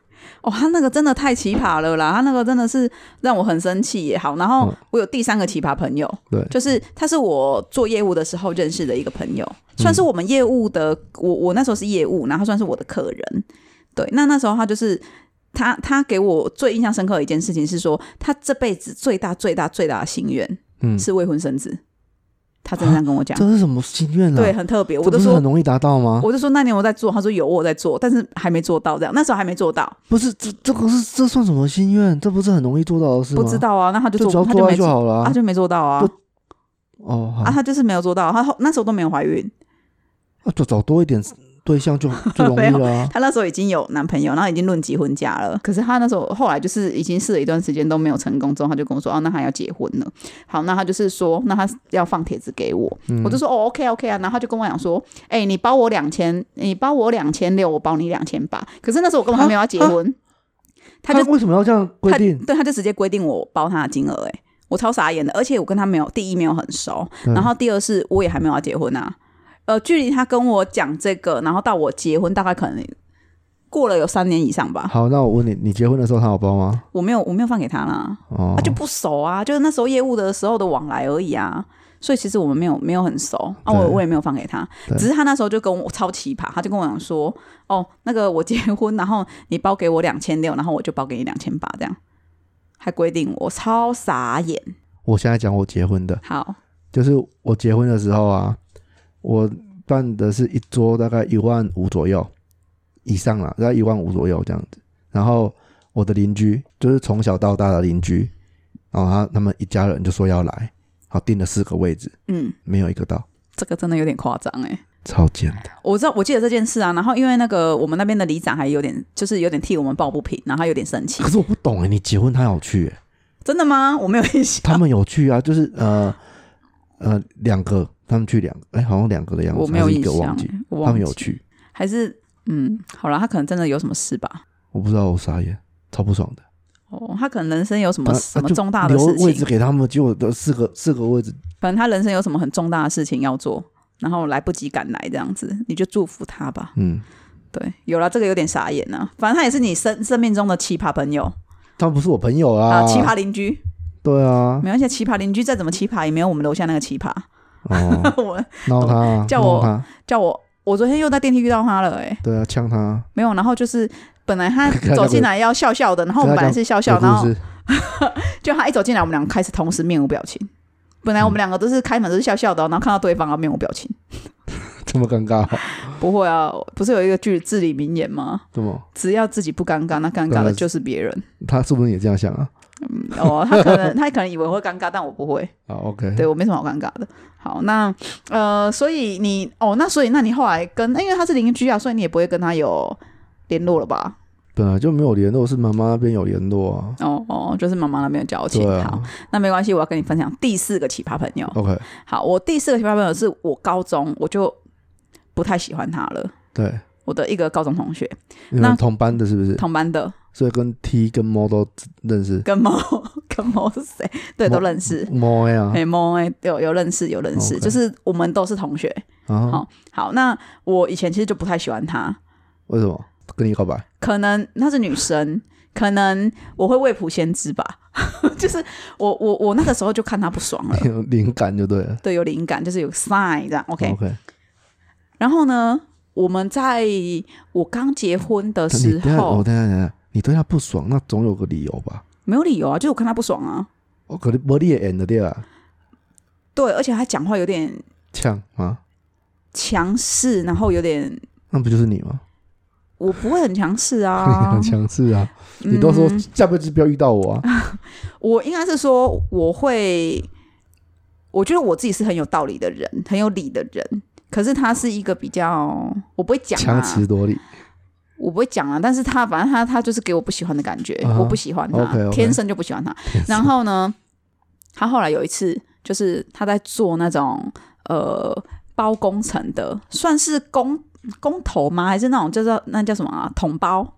哦，他那个真的太奇葩了啦，他那个真的是让我很生气也好。然后嗯我有第三个奇葩朋友，对就是他是我做业务的时候认识的一个朋友，算嗯是我们业务的，我我那时候是业务，然后他算是我的客人。对，那那时候他就是。他他给我最印象深刻的一件事情是说，他这辈子最大最大最大的心愿嗯，是未婚生子。他真的这样跟我讲，这是什么心愿啊？对，，很特别。我这就不是说很，容易达到吗？我就说那年我在做，他说有我在做，但是还没做到这样，那时候还没做到。不是，这这个是这算什么心愿？这不是很容易做到的事吗？不知，道啊，那他就就做，只要他做没爱就做，好了啊、他就没做到啊不哦，好，啊，他就是没有做到，他后那时候都没有怀孕，啊就找多一点对象就就容易 了、啊。他那时候已经有男朋友，然后已经论及婚嫁了。可是他那时候后来就是已经试了一段时间都没有成功，之后他就跟我说，哦、那他要结婚了。好，那他就是说，哦那他要放帖子给我，我就说哦，OK OK 啊，然后他就跟我讲说，哎、你包我两千，你包我两千六，我包你两千八。可是那时候我根本还没有要结婚，他就为什么要这样规他定？啊对，他就直接规定我包他的金额、哎，我超傻眼的。而且我跟他没有，第一没有很熟，对然后第二是我也还没有要结婚啊。呃，距离他跟我讲这个，然后到我结婚，大概可能过了有三年以上吧。好，那我问你，你结婚的时候他有包吗？我没有，我没有放给他啦，哦，啊，就不熟啊，就是那时候业务的时候的往来而已啊。所以其实我们没有没有很熟啊，我对我也没有放给他，对只是他那时候就跟我超奇葩，他就跟我讲说，哦，那个我结婚，然后你包给我两千六，然后我就包给你两千八，这样还规定我超傻眼。我现在讲我结婚的，好，就是我结婚的时候啊，我办的是一桌大概一万五左右以上啦，大概一万五左右这样子。然后我的邻居就是从小到大的邻居，然后他他们一家人就说要来，好订了四个位置，嗯，没有一个到，这个真的有点夸张哎。超简单。我知道，我记得这件事啊。然后因为那个我们那边的里长还有点，就是有点替我们抱不平，然后他有点生气可。是我不懂哎、你结婚他有去、欸，真的吗？我没有印象，他们有去啊，就是呃呃两个，他们去两个，哎、好像两个的样子，我没有还是一印个象忘记，，我他忘们记有去，还是嗯，好了，他可能真的有什么事吧。我不知道我傻眼，超不爽的。哦，他可能人生有什么啊什啊么就重大的事留位置情，给他们，结果的四个四个位置，反正他人生有什么很重大的事情要做，然后来不及赶来这样子，你就祝福他吧。嗯，对，有了这个有点傻眼啊。反正他也是你生生命中的奇葩朋友他们不是我朋友啊，啊，奇葩邻居。对啊，没关系，奇葩邻居再怎么奇葩，也没有我们楼下那个奇葩。 哦，我闹他啊， 叫我弄他，叫我，我昨天又在电梯遇到他了、欸，对啊，呛他，没有，然后就是本来 他跟他走进来要笑笑的，然后我们跟他本来讲是笑笑，然有故后事，就他一走进来，我们俩开始同时面无表情，本来我们两个都是开门都是笑笑的哦，然后看到对方啊面无表情。这么尴尬、不会啊，不是有一个句至理名言吗？怎么？只要自己不尴尬，那尴尬的就是别人。他是不是也这样想啊？ 哦，他可能他可能以为我会尴尬，但我不会。啊，OK，对我没什么好尴尬的。好，那呃，所以你哦，那所以那你后来跟，因为他是邻居啊，所以你也不会跟他有联络了吧？本来啊就没有联络，是妈妈那边有联络啊。哦哦，就是妈妈那边有交情。对好啊，那没关系，我要跟你分享第四个奇葩朋友。 ，OK，好，我第四个奇葩朋友是我高中我就不太喜欢他了，对，我的一个高中同学，你那们同班的是不是？同班的，所以跟 T 跟 M 都认识跟猫跟猫是谁？对，都认识。 ，M 呀哎，猫哎，有有认识，有认识啊哦 OK 就是我们都是同学。啊好？好，那我以前其实就不太喜欢他，为什么跟你告白？可能她是女生，可能我会未卜先知吧， 就是我我我那个时候就看她不 爽了，有 灵感就对了。对，有灵感，就是有 sign 这样，OK。 OK，然后呢，我们在我刚结婚的你时等一下，哦我候，等一下等一下，你对他不爽，那总有个理由吧？没有理由啊，就是我看她不爽啊，我可能无你的演的对啊，对，而且她讲话有点呛啊，强势，然后有点。那不就是你吗？我不会很强势 你啊很，强势啊！你都说下辈子不要遇到我嗯啊，我应该是说我会，我觉得我自己是很有道理的人，很有理的人。可是他是一个比较，我不会讲、啊，强词夺理。我不会讲啊，但是他反正他他就是给我不喜欢的感觉，啊哈我不喜欢他 OK，OK 天生就不喜欢他。然 后呢，他后来有一次就是他在做那种呃包工程的，算是工工头吗？还是那种叫做那叫什么啊，桶包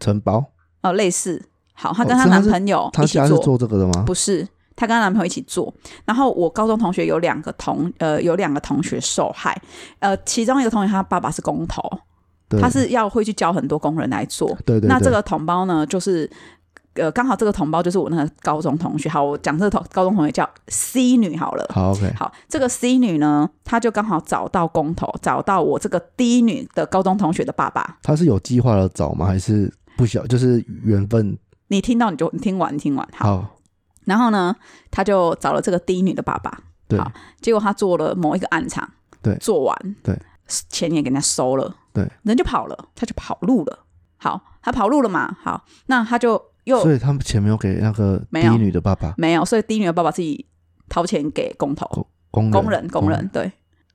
承包，呃类似。好，她哦跟她是她男是朋友他一起家是做，做这个的吗？不是。她跟她男朋友一起做，然后我高中同学有两个同呃有两个同学受害，呃，其中一个同学他爸爸是工头，对，他是要会去教很多工人来做，对对。那这对个同胞呢，就是呃，刚好这个同胞就是我那个高中同学。好，我讲这个同高中同学叫 C 女好了。好 OK，好，这个 C 女呢，她就刚好找到工头，找到我这个 D 女的高中同学的爸爸。他是有计划的找吗？还是不小？就是缘分你听到你就你听完，你听完好。好，然后呢，他就找了这个 D 女的爸爸，对好结果他做了某一个暗场，对做完，对，钱也给人家收了，对，人就跑了，他就跑路了。好，他跑路了嘛？好，那他就又所以他们钱没有给那个没第有一女的爸爸没有，所以低女的爸爸自己掏钱给工头、工人工人、工人，，对。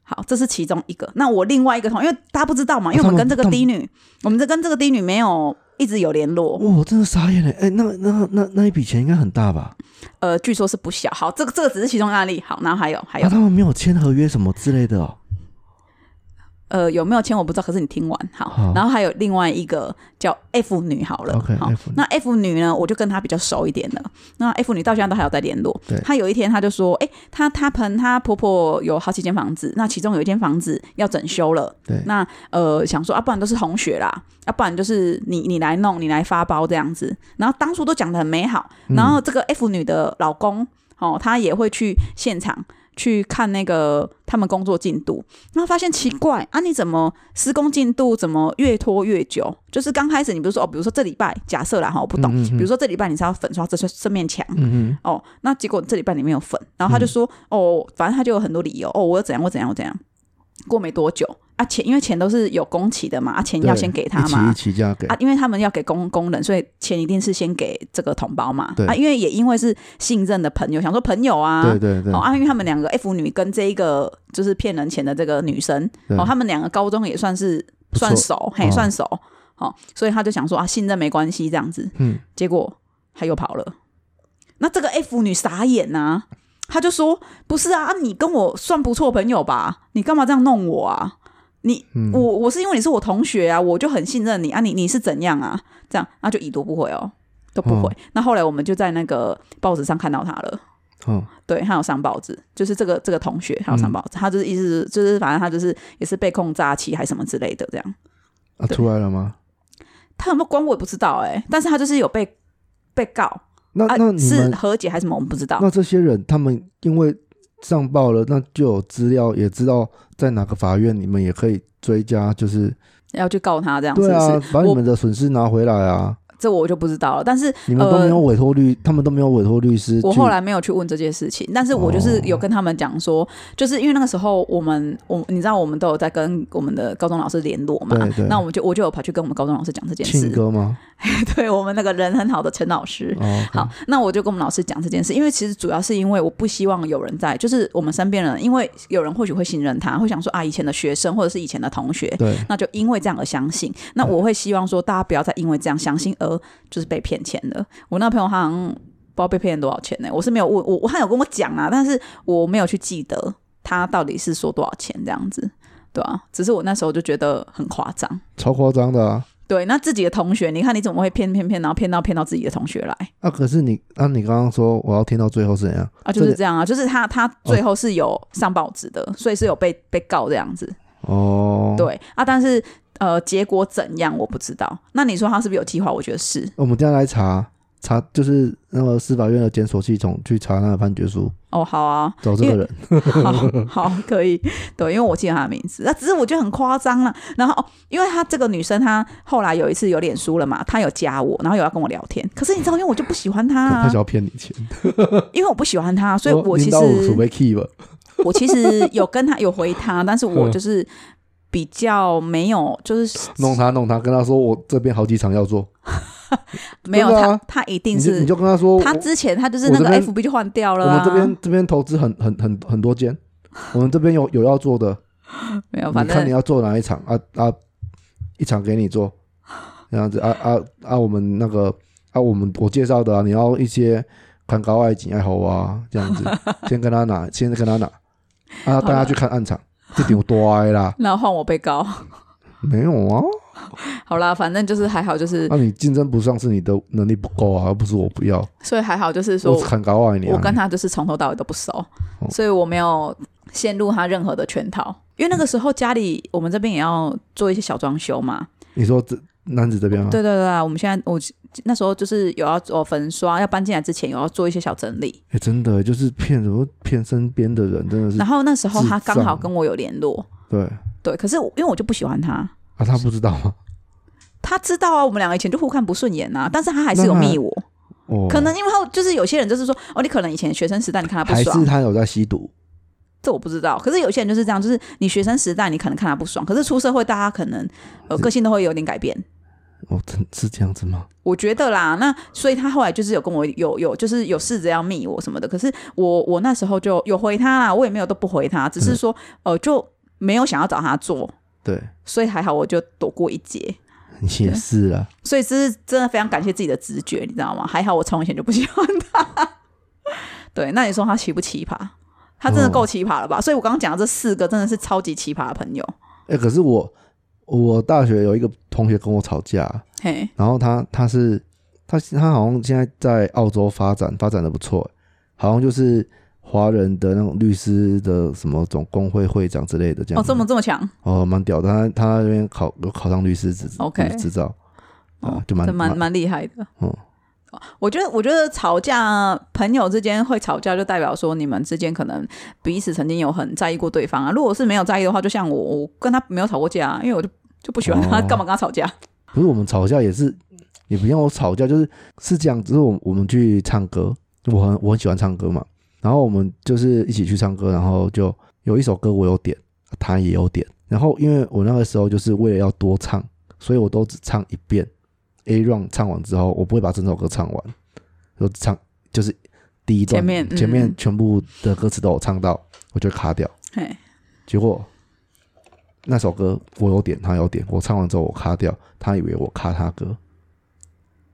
好，这是其中一个。那我另外一个同，因为大家不知道嘛，因为我他们们跟这个他们低女，我们这跟这个低女没有一直有联络，哇，我真的傻眼了！哎、那那那那一笔钱应该很大吧？呃，据说是不小。好，这个这个只是其中一个案例。好，然后还有还有啊，，他们没有签合约什么之类的哦。呃，有没有签我不知道，可是你听完好，好然后还有另外一个叫 F 女好了 OK，好 F 女那 F 女呢，我就跟她比较熟一点了。那 F 女到现在都还有在联络对。她有一天她就说，哎、她她盆她婆婆有好几间房子，那其中有一间房子要整修了，对那呃想说啊，不然都是同学啦，啊不然就是你你来弄，你来发包这样子。然后当初都讲的很美好，嗯然后这个 F 女的老公哦，他也会去现场。去看那个他们工作进度，然后发现奇怪啊，你怎么施工进度怎么越拖越久？就是刚开始你不是说哦，比如说这礼拜假设啦哈，我不懂，嗯嗯比嗯如说这礼拜你是要粉刷这这面墙，嗯嗯，哦，那结果这礼拜你没有粉，然后他就说、哦，反正他就有很多理由，哦，我又怎样，我怎样，我怎样。过没多久啊，钱因为钱都是有工期的嘛，啊，钱对要先给他嘛一，起一起这样给，啊，因为他们要给工工人，所以钱一定是先给这个同胞嘛对，啊，因为也因为是信任的朋友，想说朋友啊，对对对哦，，啊，因为他们两个 F 女跟这一个就是骗人钱的这个女生，对哦，他们两个高中也算是不错算熟，嘿，哦算熟，哦，所以他就想说啊，信任没关系这样子，嗯，结果他又跑了。那这个 F 女傻眼呐、啊，她就说：“不是啊，啊你跟我算不错朋友吧？你干嘛这样弄我啊？你、嗯我我是因为你是我同学啊，我就很信任你啊，你你是怎样啊？这样，那就已读不回哦，都不回。那后来我们就在那个报纸上看到他了。”哦，对，他有上报纸，就是这个这个同学，他嗯有上报纸，他就是意思是就是反正他就是也是被控诈欺还什么之类的这样。啊，对出来了吗？他有没有关我也不知道哎、但是他就是有被被告那啊那，你是们和解还是什么我们不知道。那这些人，他们因为上报了，那就有资料，也知道在哪个法院，你们也可以追加，就是要去告他这样，是对不啊是？，把我你们的损失拿回来啊。这我就不知道了。但是你们都没有呃，委托律，他们都没有委托律师去。我后来没有去问这件事情，但是我就是哦有跟他们讲说，就是因为那个时候我们我你知道我们都有在跟我们的高中老师联络嘛对对，那我们就我就有跑去跟我们高中老师讲这件庆事，哥吗？ 对我们那个人很好的陈老师，哦，好，那我就跟我们老师讲这件事，因为其实主要是因为我不希望有人在，就是我们身边人，因为有人或许会信任他，会想说啊，以前的学生或者是以前的同学，对，那就因为这样而相信。那我会希望说，大家不要再因为这样相信而就是被骗钱了。我那朋友他好像不知道被骗了多少钱呢、我是没有问我，我他有跟我讲啊，但是我没有去记得他到底是说多少钱这样子，对啊，只是我那时候就觉得很夸张。超夸张的啊！对，那自己的同学，你看你怎么会骗骗骗，然后骗到骗到自己的同学来？啊，可是你，啊，你刚刚说我要听到最后是怎样？啊，就是这哦这样啊，就是他他最后是有上报纸的，所以是有被被告这样子，哦，，对啊，但是呃，结果怎样我不知道。那你说他是不是有计划？我觉得是我们等一下来查查，就是那个司法院的检索系统去查那个判决书，哦，好啊，找这个人。 好好可以，对，因为我记得他的名字，那啊只是我觉得很夸张了。然后哦，因为他这个女生，她后来有一次有脸书了嘛，她有加我，然后有要跟我聊天，可是你知道，因为我就不喜欢她、他啊想，要骗你钱，因为我不喜欢她，所以哦我领其实导我储备 key 吧，我其实有跟他有回他，但是嗯我就是比较没有， 就是弄他弄他，跟他说我这边好几场要做，没有真的他啊，他一定你就是你就跟他说，他我之前他就是我那这个边 FB 就换掉了、我啊，们这边这边投资很很很很多间，我们这边有有要做的，没有，你啊反看你正要做哪一场啊啊，一场给你做，这样子啊啊啊，我们那个啊我们我介绍的啊，你要一些看高爱景爱好啊，这样子，先跟他拿，先跟他拿，啊大家去看暗场，这顶多歪啦，然后换我被告， 没有啊，好啦，反正就是还好，就是那、你竞争不上是你的能力不够啊，而不是我不要，所以还好，就是说我看高爱你啊，我跟他就是从头到尾都不熟，哦所以我没有陷入他任何的圈套。因为那个时候家里我们这边也要做一些小装修嘛，你说这男子这边吗？对对对啊，我们现在我那时候就是有要做粉刷，要搬进来之前有要做一些小整理，哎、真的就是骗什么骗身边的人，真的是然后那时候他智障刚好跟我有联络，对对，可是我因为我就不喜欢他，啊，他不知道吗？他知道啊，我们两个以前就互看不顺眼啊，但是他还是有那他密我，哦，可能因为他就是有些人就是说，哦，你可能以前学生时代你看他不还是爽，他有在吸毒，这我不知道，可是有些人就是这样，就是你学生时代你可能看他不爽，可是出社会大家可能呃个性都会有点改变。哦，真是这样子吗？我觉得啦，那所以他后来就是有跟我有有就是有试着要密我什么的，可是我我那时候就有回他啦，我也没有都不回他，只是说、呃就没有想要找他做，对，所以还好我就躲过一劫。你也是啊，所以这是真的非常感谢自己的直觉，你知道吗？还好我从以前就不喜欢他。 对，那你说他奇不奇葩？他真的够奇葩了吧？所以我刚刚讲的这四个真的是超级奇葩的朋友。哎、可是我我大学有一个同学跟我吵架，嘿，然后他他是他他好像现在在澳洲发展，发展的不错，好像就是华人的那种律师的什么总工会会长之类的这哦，样子。这么这么强，哦，蛮屌的，他他那边考有考上律师执 OK 执照，哦啊，就蛮这蛮蛮厉害的。嗯我觉得，我觉得吵架，朋友之间会吵架，就代表说你们之间可能彼此曾经有很在意过对方啊。如果是没有在意的话，就像我，我跟他没有吵过架、啊，因为我就就不喜欢他，哦干嘛跟他吵架？不是我们吵架也是，也不用吵架，就是是这样，就是我我们去唱歌，我很我很喜欢唱歌嘛，然后我们就是一起去唱歌，然后就有一首歌我有点，啊他也有点，然后因为我那个时候就是为了要多唱，所以我都只唱一遍，A round 唱完之后，我不会把整首歌唱完，就唱就是第一段前面嗯前面全部的歌词都有唱到，我就会卡掉。嘿，结果那首歌我有点，他有点，我唱完之后我卡掉，他以为我卡他歌，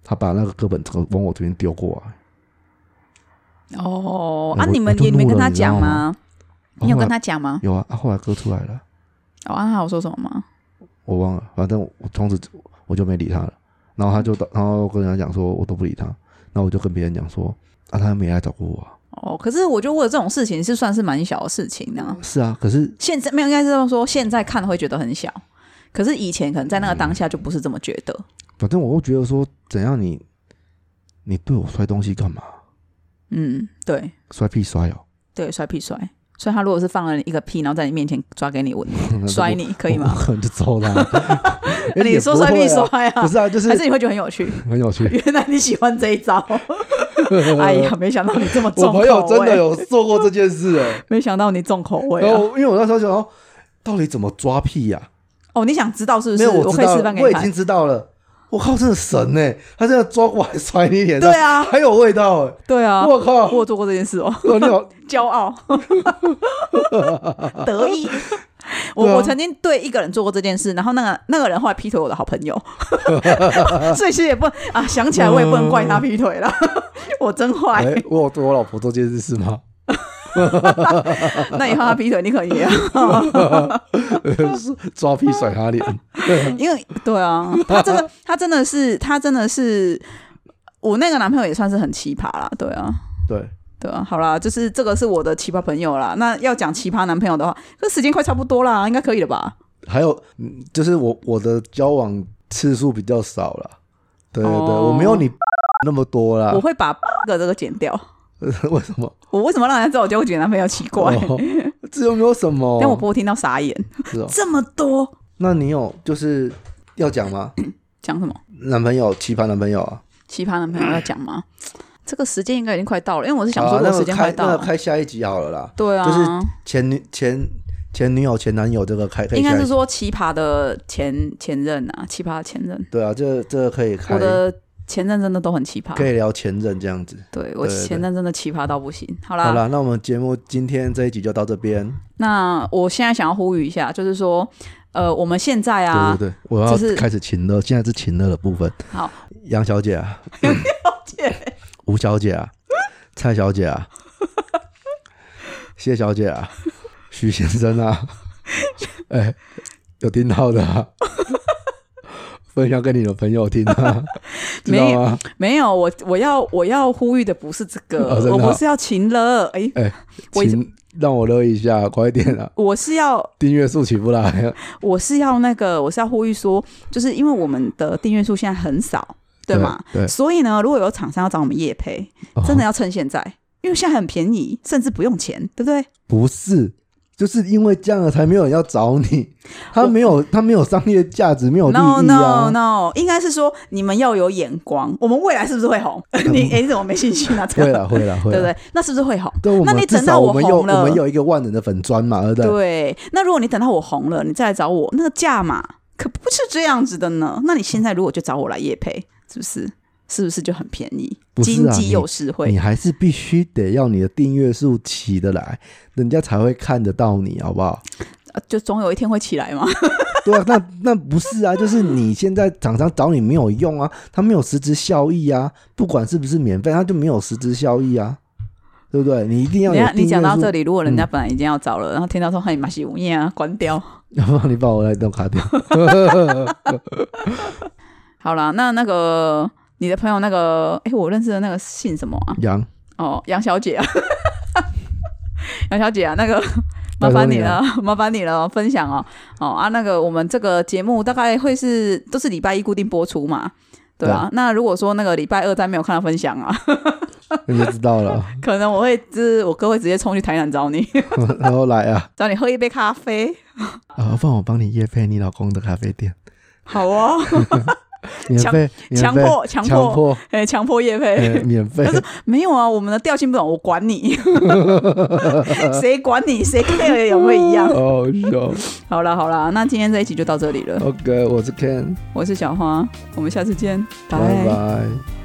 他把那个歌本这个往我这边丢过来。哦，我啊，你们我就也没怒跟了他你知道讲吗吗？你有后来跟他讲吗？有啊啊，后来歌出来了，哦，啊，他有说什么吗？我忘了，反正我我从此我就没理他了。然后他就到，然后跟人家讲说，我都不理他。然后我就跟别人讲说，啊，他没来找过我、啊。哦，可是我觉得我有这种事情是算是蛮小的事情呢、是啊，可是现在没有，应该是这么说，现在看会觉得很小，可是以前可能在那个当下就不是这么觉得。反正我会觉得说，怎样你你对我摔东西干嘛？嗯，对摔屁摔哦，对，摔屁摔。所以他如 果是放了一个屁，然后在你面前抓给你闻，摔你可以 我吗？ 可能就揍他。哦哎也你说摔不会必啊摔啊不，是啊，就是还是你会觉得很有趣？很有趣。原来你喜欢这一 招，哎呀，没想到你这么重呃口我朋味，友真的有做过这件事哎、没想到你重口味然后啊！因为我那时候想说，到底怎么抓屁呀、哦，你想知道是不没是？有，我知可以道示了范，给我你已看经。知道了。我靠，真的神呢、哎他这样抓过来甩你脸上，对啊还有味道哎、对啊，我靠我有做过这件事哦，我那种骄 傲，得意。我、对啊我曾经对一个人做过这件事，然后那个那个人后来劈腿我的好朋 友，所以其实也不啊，想起来我也不能怪他劈腿了，我真坏。嗯哎，我有对我老婆做这件事吗？ 那以后他劈腿，你可 以、啊，抓屁甩他脸，因为对啊，他这个他真的是他真的是我那个男朋友也算是很奇葩啦，对啊。对，对啊，好啦，就是这个是我的奇葩朋友啦。那要讲奇葩男朋友的话，这时间快差不多啦，应该可以了吧？还有，嗯，就是我我的交往次数比较少了，对对对，哦我没有你那么多啦我。会把 个这个剪掉。 为什么？我为什么让人家知道我交过几个男朋友？奇怪，哦这又没有什么。但我不会听到傻眼，是哦这么多那你有就是要讲吗？讲什么？男朋友奇葩男朋友啊？奇葩男朋友要讲吗？这个时间应该已经快到了，因为我是想说好啊我那时个间开快到那了。个开下一集好了啦。对啊，就是前女前前女友前男友这个开可以应该开是，说奇葩的前前任啊，奇葩的前任，对啊，这个这个可以开我，的前任真的都很奇葩。可以聊前任这样子。对我对对前任真的奇葩到不行。好啦，好了，那我们节目今天这一集就到这边。那我现在想要呼吁一下，就是说，呃，我们现在啊，对对对，我要就是开始情乐，现在是情乐的部分。好，杨小 姐啊，姐嗯吴小姐啊，蔡小姐 啊，谢小姐啊，徐先生 啊，哎、有听到的、啊，分享给你的朋友听 啊，知道没有吗？没有我，我要我要呼吁的不是这个， 哦真的我哦不是要情了，哎、哎、我已经请让我乐一下，快点啊！我是要订阅数起不来，啊我是要那个，我是要呼吁说，就是因为我们的订阅数现在很少，对吗？对，所以呢，如果有厂商要找我们业配，哦真的要趁现在，因为现在很便宜，甚至不用钱，对不对？不是，就是因为这样才没有人要 找你，他没有，他没有商业价值，没有利益 No no 啊。no，应该是说你们要有眼光，我们未来是不是会红？ 你哎、你怎么没信心啊？这嗯会样了，会了，会对不了。对？那是不是会红？对，我那们你至等到少我我们有红了我们有一个万人的粉砖嘛，对不对？对，那如果你等到我红了，你再来找我，那个价码可不是这样子的呢。那你现在如果就找我来夜配，是不是？是不是就很便宜？不是经啊济又实惠你。还是必须得要你的订阅数起得来，人家才会看得到你，好不好？ 呃就总有一天会起来嘛。对啊，那那不是啊，就是你现在厂商找你没有用啊，他没有实质效益啊，不管是不是免费，他就没有实质效益啊，对不对？你一定要等一有下你订阅讲到这数， 里，如果人嗯家本来已经要找了，然后听到说嘿马西五念啊，关掉。要不然你把我来都卡掉。 好啦，那那个你的朋友那个，哎，我认识的那个姓什么啊？杨，哦，杨小姐啊， 杨小姐啊， 那个麻拜托烦你你了 了，麻烦你了，分享哦，哦啊，那个我们这个节目大概会是都是礼拜一固定播出嘛。对对啊啊，那如果说那个礼拜二再没有看到分享啊， 你就知道了，可能我会就是我哥会直接冲去台南找你， 然后来啊，找你喝一杯咖啡，啊，不然我帮你夜配你老公的咖啡店，好哦，免费，免强费，迫强强迫迫，哎，强迫夜配，哎免费但，是 没有啊，我们的调性不同，我管你， 谁管你，谁 care 有没有一样？ 哦，笑。好啦好啦，那今天这一集就到这里了。 OK，我是 Ken，我是小花，我们下次见，拜拜拜。